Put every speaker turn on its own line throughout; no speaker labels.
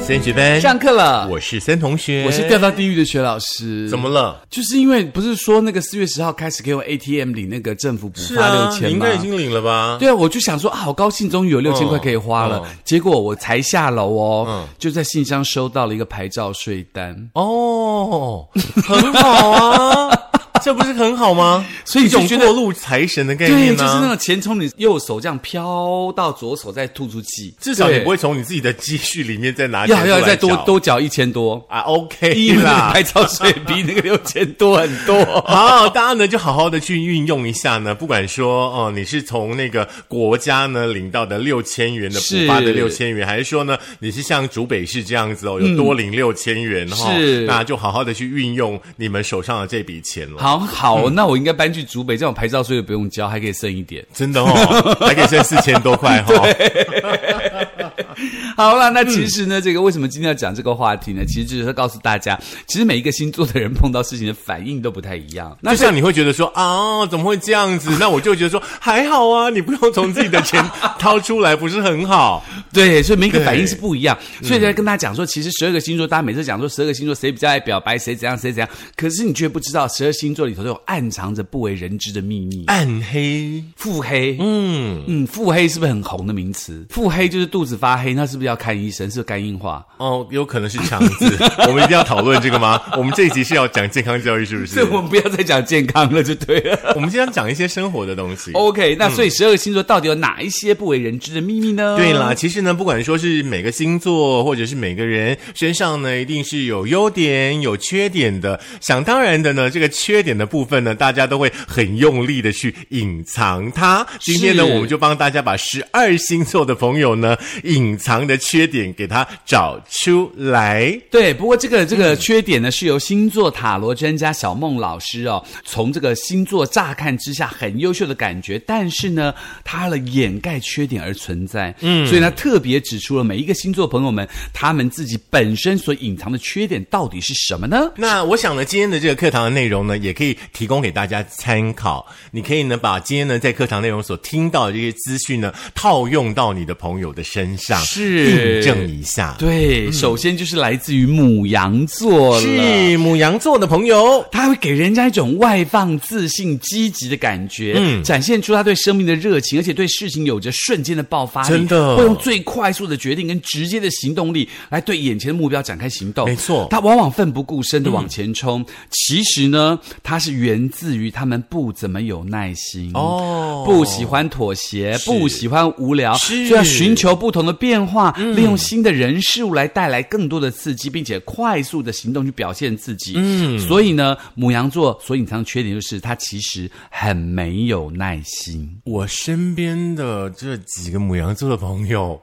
三学班
上课了，
我是森同学，
我是掉到地狱的学老师。
怎么？了？
就是因为不是说那个四月十号开始给我 ATM 领那个政府补
是
发
啊
六，
你
千
应
吗？
该已经领了吧？
对啊，我就想说啊，好高兴，终于有六千块可以花了。
嗯
结果我才下楼哦，
嗯
就在信箱收到了一个牌照税单，
哦，很好 啊，这不是很好吗？
所以
一
你就
种
觉得
过路财神的概
对，
念
就
呢、
是那种钱从你右手这样飘到左手再吐出去，
至少你
对
不会从你自己的积蓄里面再拿钱
要
出
要
来
再多
缴
多缴一千多。
啊，OK
因为那个
啦
牌。照税比那个六千多很多。
好，大家呢就好好的去运用一下呢，不管说哦、你是从那个国家呢领到的六千元的补
是
发的六千元，还是说呢你是像竹北市这样子哦，有多领六千元哈、
嗯是
那就好好的去运用你们手上的这笔钱了。
好好，那我应该搬去竹北，这种牌照税就不用交，还可以剩一点。
真的 哦，还可以剩四千多块哈、哦。
好啦，那其实呢，这个为什么今天要讲这个话题
嗯
呢？其实就是告诉大家，其实每一个星座的人碰到事情的反应都不太一样。那
就像你会觉得说啊，怎么会这样子？那我就觉得说还好啊，你不用从自己的钱掏出来，不是很好？
对，所以每一个反应是
对
不一样。所以在跟大家讲说，其实十二个星座，大家每次讲说十二个星座谁比较爱表白，谁怎样，谁怎样。可是你却不知道，十二星座里头都有暗藏着不为人知的秘密。
暗黑，
腹黑，
哎嗯。
嗯，腹黑是不是很红的名词？腹黑就是肚子发黑，那是不是要看医生？是不是肝硬化？
哦，有可能是肠 子，我们一定要讨论这个吗？我们这一集是要讲健康教育， 是不
所
是
以？我们不要再讲健康了，就对了。
我们今天讲一些生活的东西。
OK，那所以十二个星座到底有哪一些不为人知的秘密呢？
对啦，，其实呢，不管说是每个星座，或者是每个人身上呢，一定是有优点、有缺点的。想当然的呢，这个缺点的部分呢，大家都会很用力的去隐藏它。今天呢，
是
我们就帮大家把十二星座的朋友呢，隐藏的缺点给它找出来。
对，不过这个这个缺点呢，是由星座塔罗专家小孟老师哦，从这个星座乍看之下很优秀的感觉，但是呢，他了掩盖缺点而存在。嗯，所以呢，特别指出了每一个星座朋友们，他们自己本身所隐藏的缺点到底是什么呢？
那我想呢，今天的这个课堂的内容呢，也可以提供给大家参考。你可以呢，把今天呢在课堂内容所听到的这些资讯呢，套用到你的朋友的身上，
是
印证一下。
对，首先就是来自于母羊座了。
是母羊座的朋友，
他会给人家一种外放、自信、积极的感觉，嗯，展现出他对生命的热情，而且对事情有着瞬间的爆发力，
真的
会用最快速的决定跟直接的行动力来对眼前的目标展开行动。
没错嗯
他往往奋不顾身的往前冲。其实呢，他是源自于他们不怎么有耐心
哦
不喜欢妥协，
是
不喜欢无聊，
是嗯
就要寻求不同的变化，利用新的人事物来带来更多的刺激，并且快速的行动去表现自己。嗯，所以呢，母羊座所隐藏的缺点就是他其实很没有耐心。
我身边的这几个母羊座的朋友。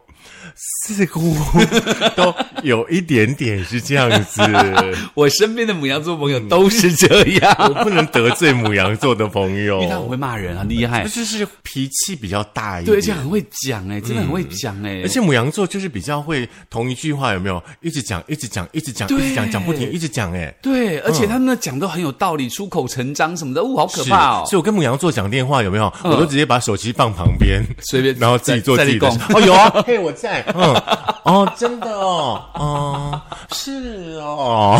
似乎都有一点点是这样子，
我身边的母羊座朋友都是这样，
我不能得罪母羊座的朋 友
因为，他很会骂人，很啊厉害，
就是脾气比较大一点，
对，而且很会讲，哎，真的很会讲，哎，
嗯而且母羊座就是比较会同一句话有没有？一直讲，一直讲，一直讲，一
对
直讲，讲不停，一直讲，哎。
对，而且他们讲都很有道理，出口成章什么的，哦，好可怕哦
所以，我跟母羊座讲电话有没有？
嗯
我都直接把手机放旁边，
随便
然后自己做
在
自己的
在
事
那。
哦，有 啊，嘿，我在，嗯，哦，真的哦，哦，是哦。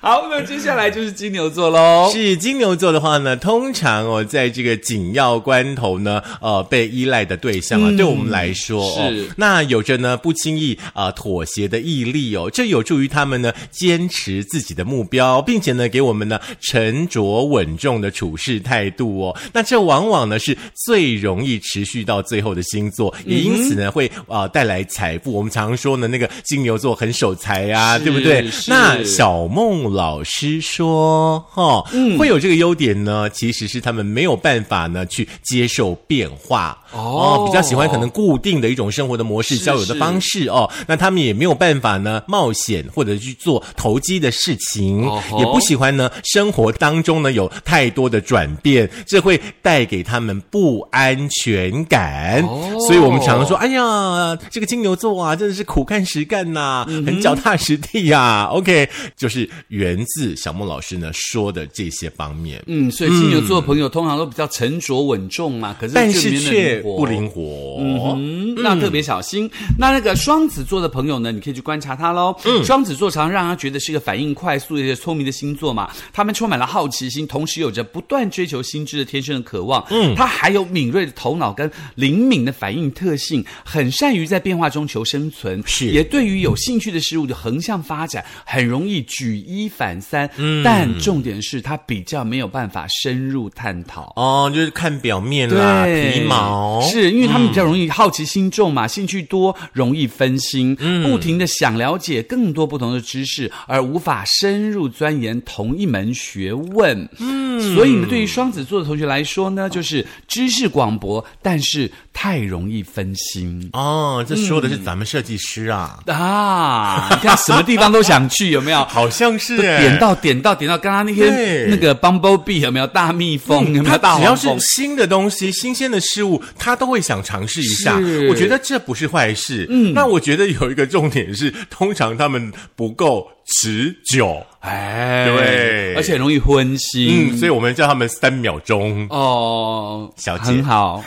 好，那接下来就是金牛座喽。
是金牛座的话呢，通常哦，在这个紧要关头呢，呃，被依赖的对象啊，对我们来说、哦，
嗯是
那有着呢不轻易啊、呃妥协的毅力哦，这有助于他们呢坚持自己的目标，并且呢给我们呢沉着稳重的处事态度哦。那这往往呢是最容易持续到最后的星座，
嗯
也因此呢会啊、呃带来财富。我们常说呢，那个金牛座很守财啊，
是
对不对？
是嗯
那小。小孟老师说，哈、会有这个优点呢，其实是他们没有办法呢去接受变化
哦
比较喜欢可能固定的一种生活的模式、
是
交友的方式哦。那他们也没有办法呢冒险或者去做投机的事情，
哦吼
也不喜欢呢生活当中呢有太多的转变，这会带给他们不安全感。
哦
所以我们常说，哎呀，这个金牛座啊，真的是苦干实干呐、很脚踏实地呀、OK，就是原源自小孟老师呢说的这些方面。
嗯，所以金牛座的朋友通常都比较沉着稳重嘛，可是
但
这里
是
面的
却
活
不灵活。
嗯，那特别小心。那那个双子座的朋友呢，你可以去观察他喽。双子座常让他觉得是一个反应快速、一个聪明的星座嘛。他们充满了好奇心，同时有着不断追求新知的天生的渴望。嗯，他还有敏锐的头脑跟灵敏的反应特性，很善于在变化中求生存。
是
也对于有兴趣的事物的横向发展，很容易举一反三。嗯，但重点是他比较没有办法深入探讨。
哦，就是看表面啦，
对
皮毛嗯
是因为他们比较容易好奇心重嘛，兴趣多，容易分心，不停的想了解更多不同的知识，而无法深入钻研同一门学问。嗯，所以呢，对于双子座的同学来说呢，就是知识广博，但是太容易分心。
哦，这说
嗯
的是咱们设计师啊，
啊，你看什么地方都想去，有没 有？
好像是哎
点到点到点到，刚刚那
对嗯
天那个 Bumblebee 有没有大蜜蜂？有没有大
他只要
黄
是
蜂？
新的东西、新鲜的事物，他都会想尝试一下。
是
我觉得这不是坏事。嗯，那我觉得有一个重点是，通常他们不够持久。
哎，
对
而且容易昏心。
嗯，所以我们叫他们三秒钟。
哦，
小姐
很好，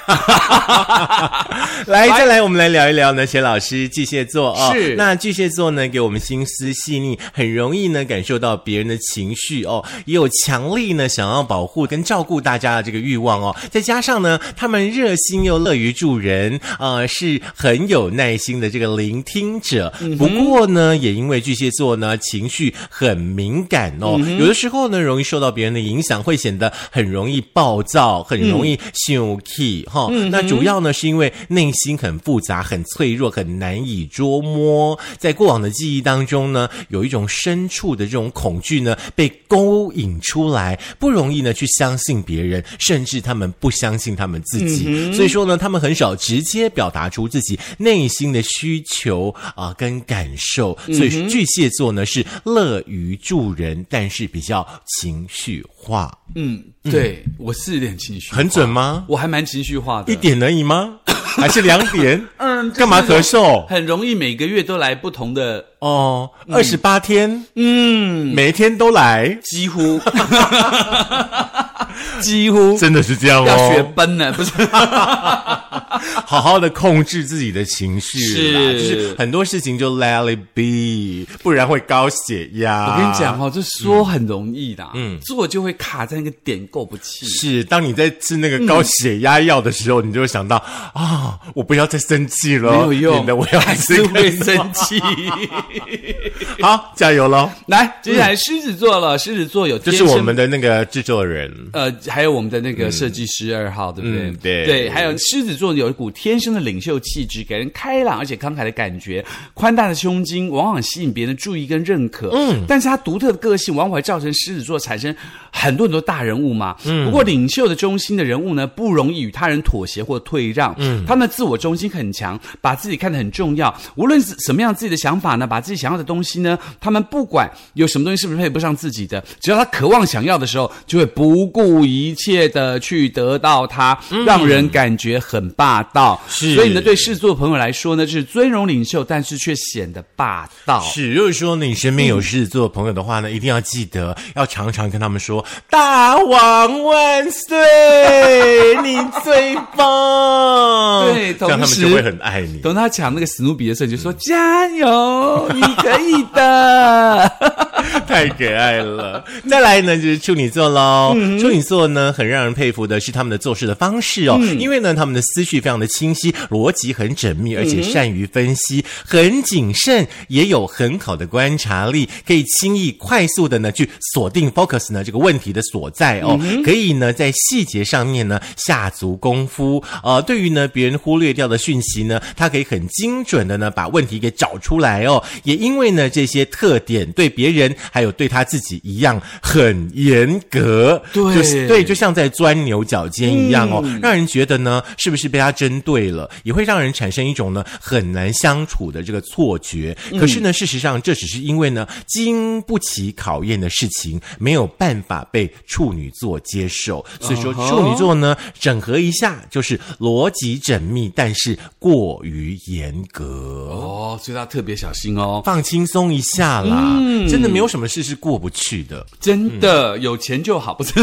来，再来，我们来聊一聊呢，钱老师，巨蟹座哦。
是
那巨蟹座呢，给我们心思细腻，很容易呢感受到别人的情绪哦，也有强力呢想要保护跟照顾大家的这个欲望哦。再加上呢，他们热心又乐于助人，呃，是很有耐心的这个聆听者。不过呢，也因为巨蟹座呢情绪很敏感哦，有的时候呢容易受到别人的影响，会显得很容易暴躁，很容易生气哈。那主要呢是因为内心很复杂、很脆弱、很难以捉摸，在过往的记忆当中呢，有一种深处的这种恐惧呢被勾引出来，不容易呢去相信别人，甚至他们不相信他们自己。所以说呢，他们很少直接表达出自己内心的需求啊、跟感受。所以巨蟹座呢是乐于助人，但是比较情绪化，
嗯，对我是有点情绪，
很准吗？
我还蛮情绪化的，
一点而已 吗？还是两点？
嗯，
干嘛咳嗽？
很容易每个月都来不同的，
哦，二十八天，嗯，每天都来，
几乎，几乎
真的是这样
要学
哦。
奔呢，不是？
好好的控制自己的情绪啦，
是
就是很多事情就 let it be，不然会高血压。
我跟你讲。
啊
哦，这说很容易的，嗯，做就会卡在那个点过不去。
是，当你在吃那个高血压药的时候，你就会想到啊，我不要再生气了，
没有用
哦免得我要
还
吃
是会
更多
生气。
好，加油喽！
来，接下来狮子座了。狮子座有
这
天
是我
生
们的那个制作人，
呃，还有我们的那个设计师二号，对不对？
嗯对
对，还有狮子座有一股天生的领袖气质，给人开朗而且慷慨的感觉，宽大的胸襟往往吸引别人的注意跟认可。嗯，但是他独特的个性往往会造成狮子座产生很多很多大人物嘛。嗯，不过领袖的中心的人物呢，不容易与他人妥协或退让。嗯，他们的自我中心很强，把自己看得很重要。无论是什么样自己的想法呢，把自己想要的东西呢，他们不管有什么东西是不是配不上自己的，只要他渴望想要的时候，就会不顾一切的去得到它，让人感觉很霸道。
是
所以呢，对狮子座的朋友来说呢，就是尊荣领袖，但是却显得霸道。
是，如果说你身边有狮子座的朋友的话呢，一定要记得要常常跟他们说“大王万岁，你最棒”，
对
这样他
同
们
时
就会很爱你。
等他抢那个史努比的时候，你就说、加 油，你可以的。
太可爱了。再来呢，就是处女座喽。
嗯
处女座呢，很让人佩服的是他们的做事的方式哦，
嗯
因为呢，他们的思绪非常的清晰，逻辑很缜密，而且善于分析，很谨慎，也有很好的观察力，可以轻易快速的呢去锁定 focus 呢这个问题的所在哦，可以呢在细节上面呢下足功夫。呃，对于呢别人忽略掉的讯息呢，他可以很精准的呢把问题给找出来哦。也因为呢这些特点对别人还有对他自己一样很严格，
对
就是对，就像在钻牛角尖一样哦，让人觉得呢是不是被他针对了，也会让人产生一种呢很难相处的这个错觉。可是呢，事实上这只是因为呢经不起考验的事情没有办法被处女座接受，所以说
哦吼
处女座呢整合一下就是逻辑缜密、密，但是过于严格。
哦，所以要特别小心哦。
放轻松一下啦，真的没有什么事是过不去的。
真的、有钱就好，不是？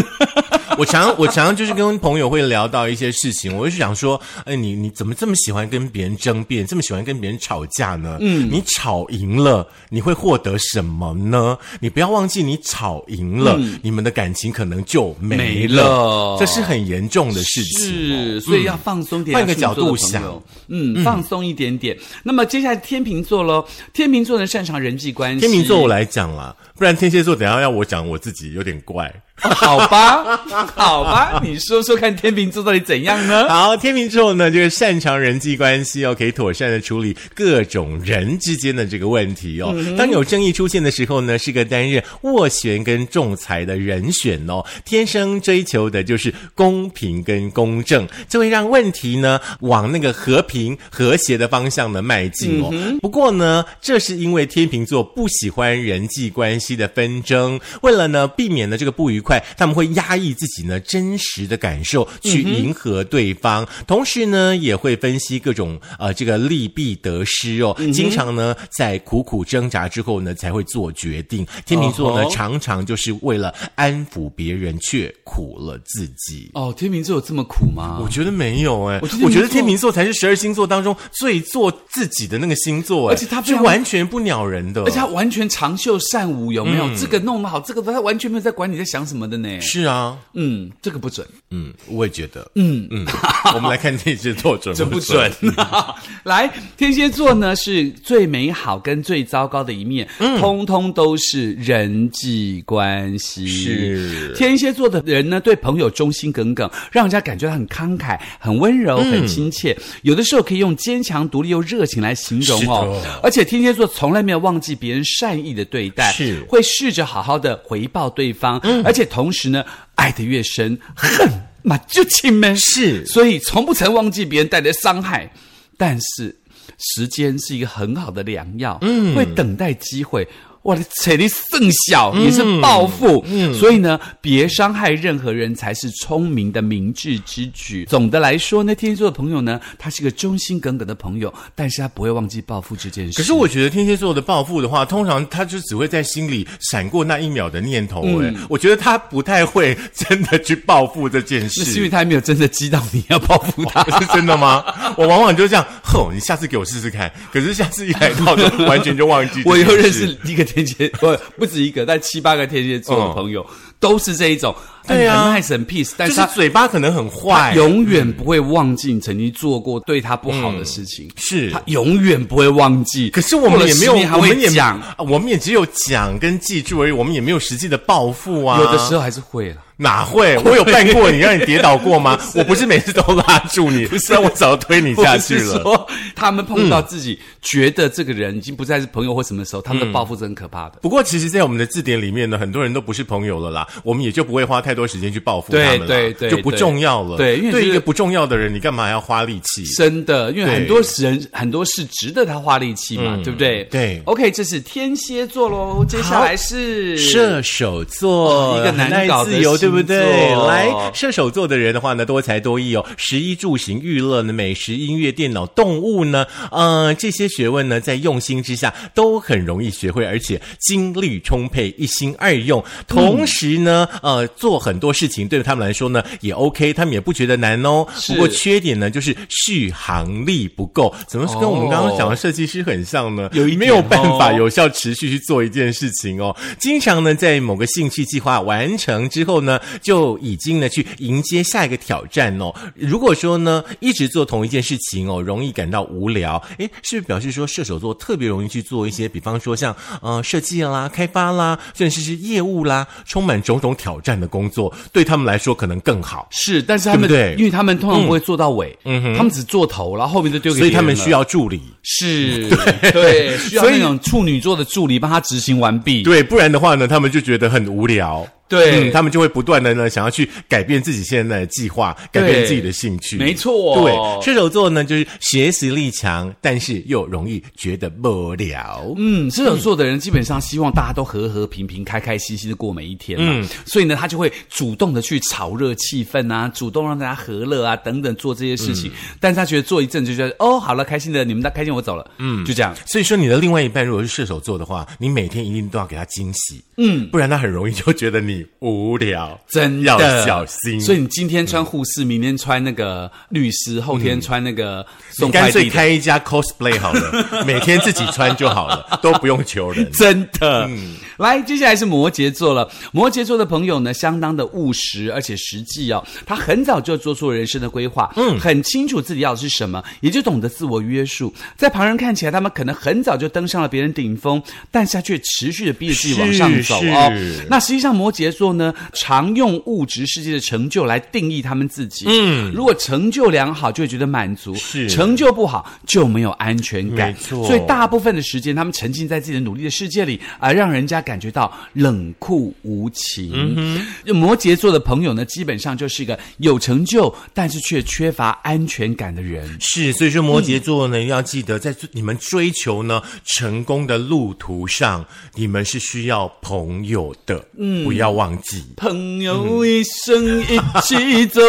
我常我常就是跟朋友会聊到一些事情，我就想说，哎，你你怎么这么喜欢跟别人争辩，这么喜欢跟别人吵架呢？嗯，你吵赢了，你会获得什么呢？你不要忘记，你吵赢了，你们的感情可能就没
嗯没
了，
了
这是很严重的事情。哦嗯
是，所以要放松点，
换个
要星座的
角度想
朋友，嗯，放松一点点。那么接下来天秤座喽，天秤座呢擅长人际关系，
天秤 座我来讲啦，不然天蝎座等一下要我讲我自己有点怪。
好吧，好吧，你说说看，天秤座到底怎样 呢？
好，天秤座呢，就是擅长人际关系哦，可以妥善的处理各种人之间的这个问题哦。当有争议出现的时候呢，是个担任斡旋跟仲裁的人选哦。天生追求的就是公平跟公正，这会让问题呢往那个和平和谐的方向呢迈进哦。不过呢，这是因为天秤座不喜欢人际关系的纷争，为了呢避免呢这个不愉快，他们会压抑自己呢真实的感受去迎合对方，同时呢也会分析各种呃这个利弊得失哦，经常呢在苦苦挣扎之后呢才会做决定。天秤座呢、
哦吼
常常就是为了安抚别人，却苦了自己。
哦，天秤座有这么苦吗
我？觉得没有哎、
啊我觉得
我觉得
天
天
秤
秤座才是十二星座当中最做自己的那个星座、哎，
而且他非
是
常
完全不鸟人的，
而且他完全长袖善舞，有没有？这个弄得好，这个他完全没有在管你在想什么的呢。
嗯是啊，
嗯，这个不准，
嗯，我也觉得，嗯 嗯，我们来看天蝎座准
这
不
不准。 来，天蝎座呢是最美好跟最糟糕的一面，
嗯
通通都是人际关系。
是
天蝎座的人呢，对朋友忠心耿耿，让人家感觉到很慷慨、很温柔、
嗯
很亲切。有的时候可以用坚强、独立又热情来形容哦
是的。
而且天蝎座从来没有忘记别人善意的对待，
是嗯
会试着好好的回报对方，而且同时呢，爱得越深，恨嘛就亲们
是
所以从不曾忘记别人带来的伤害，但是时间是一个很好的良药，嗯，会等待机会。我的扯力甚小，
嗯
也是报复，嗯，所以呢，别伤害任何人才是聪明的明智之举。总的来说呢，天蝎座的朋友呢，他是一个忠心耿耿的朋友，但是他不会忘记报复这件事。
可是我觉得天蝎座的报复的话，通常他就只会在心里闪过那一秒的念头、哎、
嗯
我觉得他不太会真的去报复这件
那是因为
事。
他还没有真的激到你要报复他。
是真的吗？我往往就这样，吼！你下次给我试试看。可是下次一来到，就完全就忘记这件事。
我又认识一个天蝎， 不不止一个，但七八个天蝎座的朋友、都是这一种，
哦
哎
对啊
很 nice 很 peace，但
就是是
他
嘴巴可能很坏，
永远不会忘记你曾经做过对他不好的事情，
是
嗯他永远不会忘记。
可是我们也没有，
过了十年还
我们
会
也
讲，
啊我们也只有讲跟记住而已，我们也没有实际的报复啊。
有的时候还是会了。
哪 会？我有办过你，让你跌倒过吗？我不是每次都拉住 你， 不然我早推你下 去
我是
了。
说 他们碰到自己觉得这个人已经不再是朋友或什么时候，他
嗯
们的报复是很可怕的。
不过，其实，在我们的字典里面呢，很多人都不是朋友了啦，我们也就不会花太多时间去报复他们了，
对对对
就不重要了。
对因为
对
就是
一个不重要的人，你干嘛要花力气？
真的，因为
对嗯
很多人很多事值得他花力气嘛，对不对？
对
，OK，这是天蝎座喽，接下来是
射手座，
哦一个难
很爱
搞的
自由，对不对
星？座
来，射手座的人的话呢，多才多艺哦，食衣住行、娱乐呢、美食、音乐、电脑、动物呢，呃，这些学问呢，在用心之下都很容易学会，而且精力充沛，一心二用。同时呢，
嗯
呃，做很多事情对他们来说呢也 OK，他们也不觉得难哦。
是
不过缺点呢，就是续航力不够，怎么是跟我们刚刚讲的
哦
啊设计师很像呢？
有一点
没有办法
哦
有。有效持续去做一件事情哦。经常呢，在某个兴趣计划完成之后呢，就已经呢去迎接下一个挑战哦。如果说呢，一直做同一件事情哦，容易感到无聊，诶，是不是表示说射手座特别容易去做一些，比方说像呃设计啦、开发啦，甚至是业务啦，充满种种挑战的工作，对他们来说可能更好。
是，但是他
对
们
不对嗯
因为他们通常不会做到尾，他们只做头，然后后面就丢给
所以他们
别人了
需要助理，
是，对，需要
所以
那种处女座的助理帮他执行完毕。
对，不然的话呢，他们就觉得很无聊。
对
嗯，他们就会不断的呢，想要去改变自己现在的计划，改变自己的兴趣。
没错
对，射手座呢就是学习力强，但是又容易觉得无聊。
嗯，射手座的人基本上希望大家都和和平平、开开心心的过每一天嘛，
嗯
所以呢，他就会主动的去炒热气氛啊，主动让大家和乐啊，等等做这些事
嗯
情。但是他觉得做一阵就觉得哦，好了，开心的，你们都开心，我走了，嗯，就这样。
所以说，你的另外一半如果是射手座的话，你每天一定都要给他惊喜，嗯，不然他很容易就觉得你无聊，
真
要
的
小心。嗯
所以你今天穿护士，明天穿那个律师，后天穿那个送
你
快
干
递
脆
的，
开一家 cosplay 好了， 每天自己穿就好了，都不用求人。
真的。
嗯
来，接下来是摩羯座了。摩羯座的朋友呢，相当的务实，而且实际哦，他很早就做出了人生的规划，嗯，很清楚自己要的是什么，也就懂得自我约束。在旁人看起来，他们可能很早就登上了别人顶峰，但是他却持续的逼着自己往上
是
走哦。
是
那实际上，摩羯座呢，常用物质世界的成就来定义他们自己。嗯，如果成就良好，就会觉得满足；
是
成就不好，就没有安全感。
没错
所以大部分的时间，他们沉浸在自己的努力的世界里，而让人家感觉到冷酷无情。
嗯
摩羯座的朋友呢，基本上就是一个有成就，但是却缺乏安全感的人。
是，所以说摩羯座呢，要记得在追你们追求呢成功的路途上，你们是需要朋友的，嗯，不要忘记，
朋友一生一起走。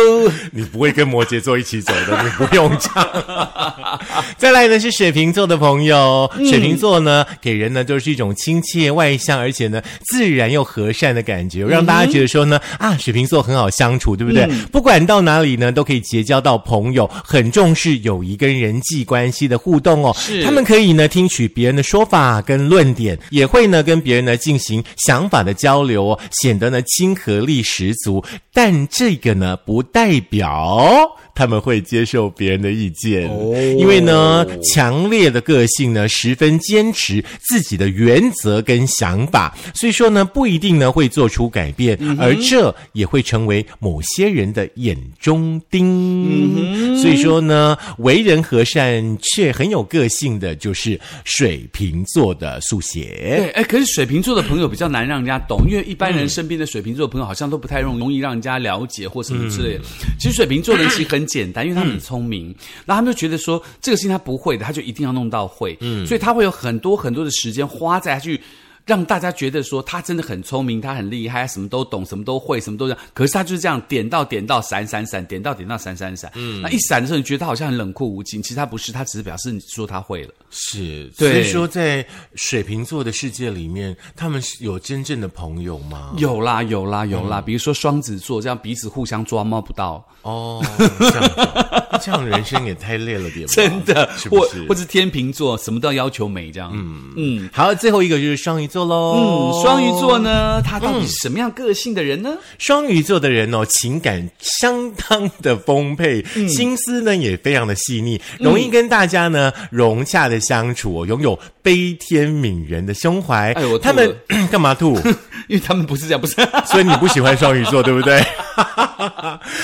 你不会跟摩羯座一起走的，你不用唱。 再来呢是水瓶座的朋友，
嗯
水瓶座呢给人呢就是一种亲切外向，而且呢自然又和善的感觉，让大家觉得说呢、
嗯
啊，水瓶座很好相处，对不对？不管到哪里呢，都可以结交到朋友，很重视友谊跟人际关系的互动哦。
是
他们可以呢听取别人的说法跟论点，也会呢跟别人呢进行想法的交流哦，显得呢亲和力十足。但这个呢不代表他们会接受别人的意见，
哦
因为呢强烈的个性呢十分坚持自己的原则跟想法，所以说呢不一定呢会做出改变，而这也会成为某些人的眼中钉。所以说呢，为人和善却很有个性的就是水瓶座的速写。
对，哎，可是水嗯瓶座的朋友比较难让人家懂，因为一般人身边的水瓶座的朋友好像都不太容容易让人家了解或什么之类的。其实水瓶座的人其实很简单，因为他们很聪明，然后他们就觉得说这个事情他不会的，他就一定要弄到会，嗯，所以他会有很多很多的时间花在他去。让大家觉得说他真的很聪明，他很厉害，他什么都懂，什么都会，什么都这样。可是他就是这样点到点到闪闪闪，点到点到闪闪闪。嗯，那一闪的时候，你觉得他好像很冷酷无情，其实他不是，他只是表示你说他会了。
是，所
对
以说在水瓶座的世界里面，他们是有真正的朋友吗？
有啦，有啦，有啦。比如说双子座，这样彼此互相抓摸不到，
哦，这 样这样人生也太累了点吧？
真的。
是不
或
是
或？者天秤座，什么都要要求美，这样。嗯嗯
好，最后一个就是双鱼座喽。嗯
双鱼座呢，他到底是什么样个性的人呢？
双鱼座的人哦，情感相当的丰沛，
嗯
心思呢也非常的细腻，容易跟大家呢融洽的相处、哦，拥有悲天悯人的胸怀。
哎我吐
他们 干嘛 吐？
因为他们不是这样，不是。
所以你不喜欢双鱼座，对不对？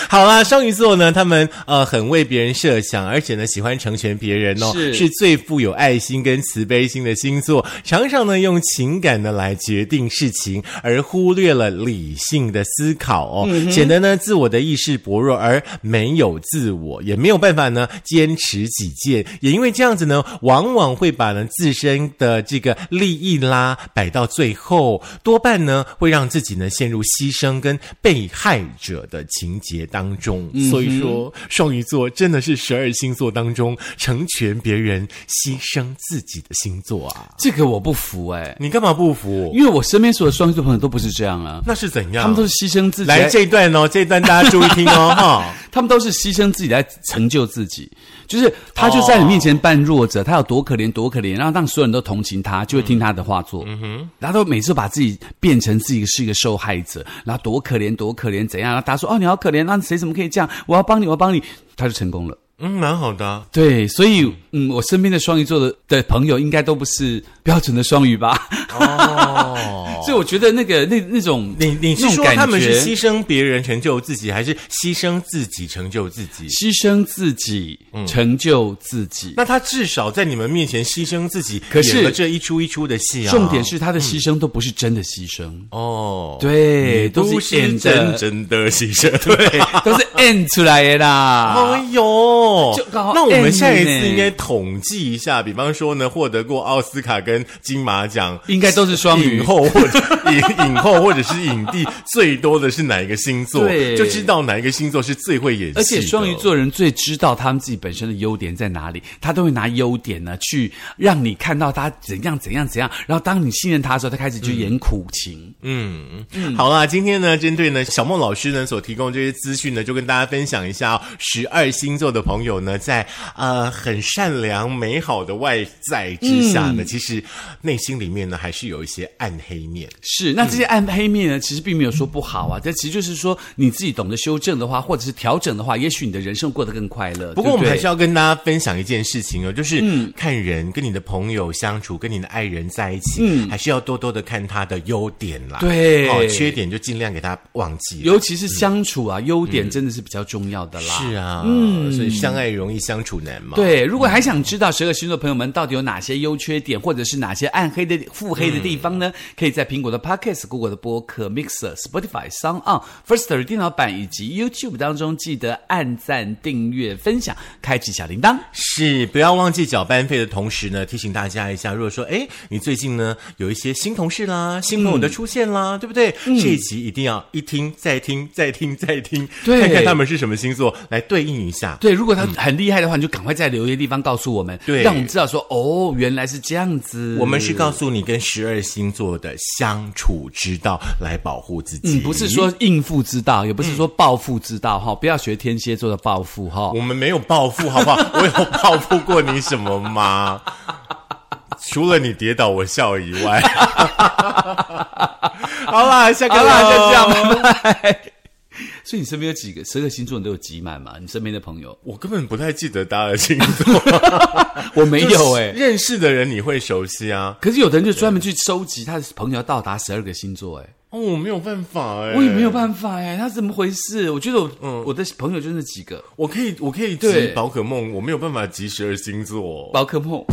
好啦，双鱼座呢，他们呃很为别人设想，而且呢喜欢成全别人哦，
是
最富有爱心跟慈悲心的星座。常常呢用情感呢来决定事情，而忽略了理性的思考哦，显得呢自我的意识薄弱，而没有自我，也没有办法呢坚持己见。也因为这样子呢，往往会把呢自身的这个利益啦摆到最后，多半呢会让自己呢陷入牺牲跟被害者的情节当中。所以说，双鱼座真的是十二星座当中成全别人、牺牲自己的星座 啊！
这个我不服哎、
你干嘛不服？
因为我身边所有双鱼座朋友都不是这样啊，
那是怎样？
他们都是牺牲自己
来这一段 哦，这一段大家注意听哦，哈。
他们都是牺牲自己来成就自己，就是他就在你面前扮弱者，他有多可怜多可怜，然后让所有人都同情他，就会听他的话做。嗯哼，然后每次把自己变成自己是一个受害者，然后多可怜多可怜怎样，然后大家说哦你好可怜，那谁怎么可以这样？我要帮你，我要帮你，他就成功了。
嗯，蛮好的啊、
对，所以嗯，我身边的双鱼座的的朋友应该都不是标准的双鱼吧？
哦，
所以我觉得那个那那种
你你是
那种
说
感
他们是
觉
牺牲别人成就自己，还是牺牲自己成就自己？
牺牲自己、成就自己？
那他至少在你们面前牺牲自己，
可是
演了这一出一出的戏啊。
重点是他的牺牲都不是真的牺牲，
哦，，
嗯对，
都
都是演
是
的啊
真，正的牺 牲，对。
都是演出来的 啦。
哎呦
就搞，
那我们下一
哎
次
呢
应该统计一下，比方说呢，获得过奥斯卡跟金马奖，
应该都是双鱼
影后或者 影影后或者是影帝最多的是哪一个星座，
对
就知道哪一个星座是最会演戏的。
而且双鱼座人最知道他们自己本身的优点在哪里，他都会拿优点呢去让你看到他怎样怎样怎样，然后当你信任他的时候，他开始就演苦情。
嗯，好啦，今天呢，针对呢小梦老师呢所提供这些资讯呢，就跟大家分享一下、哦，十二星座的朋友呢，在呃很善良美好的外在之下呢，其实内心里面呢还是有一些暗黑面。
是，那这些暗黑面呢，其实并没有说不好啊，但其实就是说你自己懂得修正的话，或者是调整的话，也许你的人生过得更快乐。
不过
对
我
对
们还是要跟大家分享一件事情哦，就是看人跟你的朋友相处，跟你的爱人在一起，还是要多多的看他的优点啦，
对
哦，缺点就尽量给他忘记了。
尤其是相处啊，优点真的是比较重要的啦。
嗯是啊，嗯，所以相爱容易相处难嘛。
对，如果还想知道十二星座朋友们到底有哪些优缺点，或者是哪些暗黑的腹黑的地方呢？可以在苹果的 Podcast、Google 的播客、Mixer、Spotify、s o n On、First Story 电脑版以及 YouTube 当中，记得按赞、订阅、分享、开启小铃铛。
是，不要忘记缴班费的同时呢，提醒大家一下，如果说，哎，你最近呢有一些新同事啦、新朋友的出现啦，
嗯
对不对？这一集一定要一听再听再听再听，
对
看看他们是什么星座，来对应一下。
对，如果他很厉害的话，你就赶快在留言地方告诉我们，
对
让我们知道说哦，原来是这样子。
我们是告诉你跟十二星座的相处之道，来保护自己。
嗯，不是说应付之道，也不是说报复之道哈、不要学天蝎座的报复哈、
我们没有报复，好不 好？我有报复过你什么吗？除了你跌倒我笑以 外，好啦，下课
好啦，
啦，
就这样，拜拜。 所以你身边有几个十个星座你都有挤满嘛？你身边的朋友，
我根本不太记得大家的星座，
我 没有哎、
认识的人你会熟悉啊。
可是有的人就专门去收集他的朋友到达十二个星座、哎，
哦，我没有办法哎、
我也没有办法哎、他怎么回事？我觉得我，我的朋友就那几个
我可以，我可以集
对
宝可梦，我没有办法集十二星座。
宝可梦。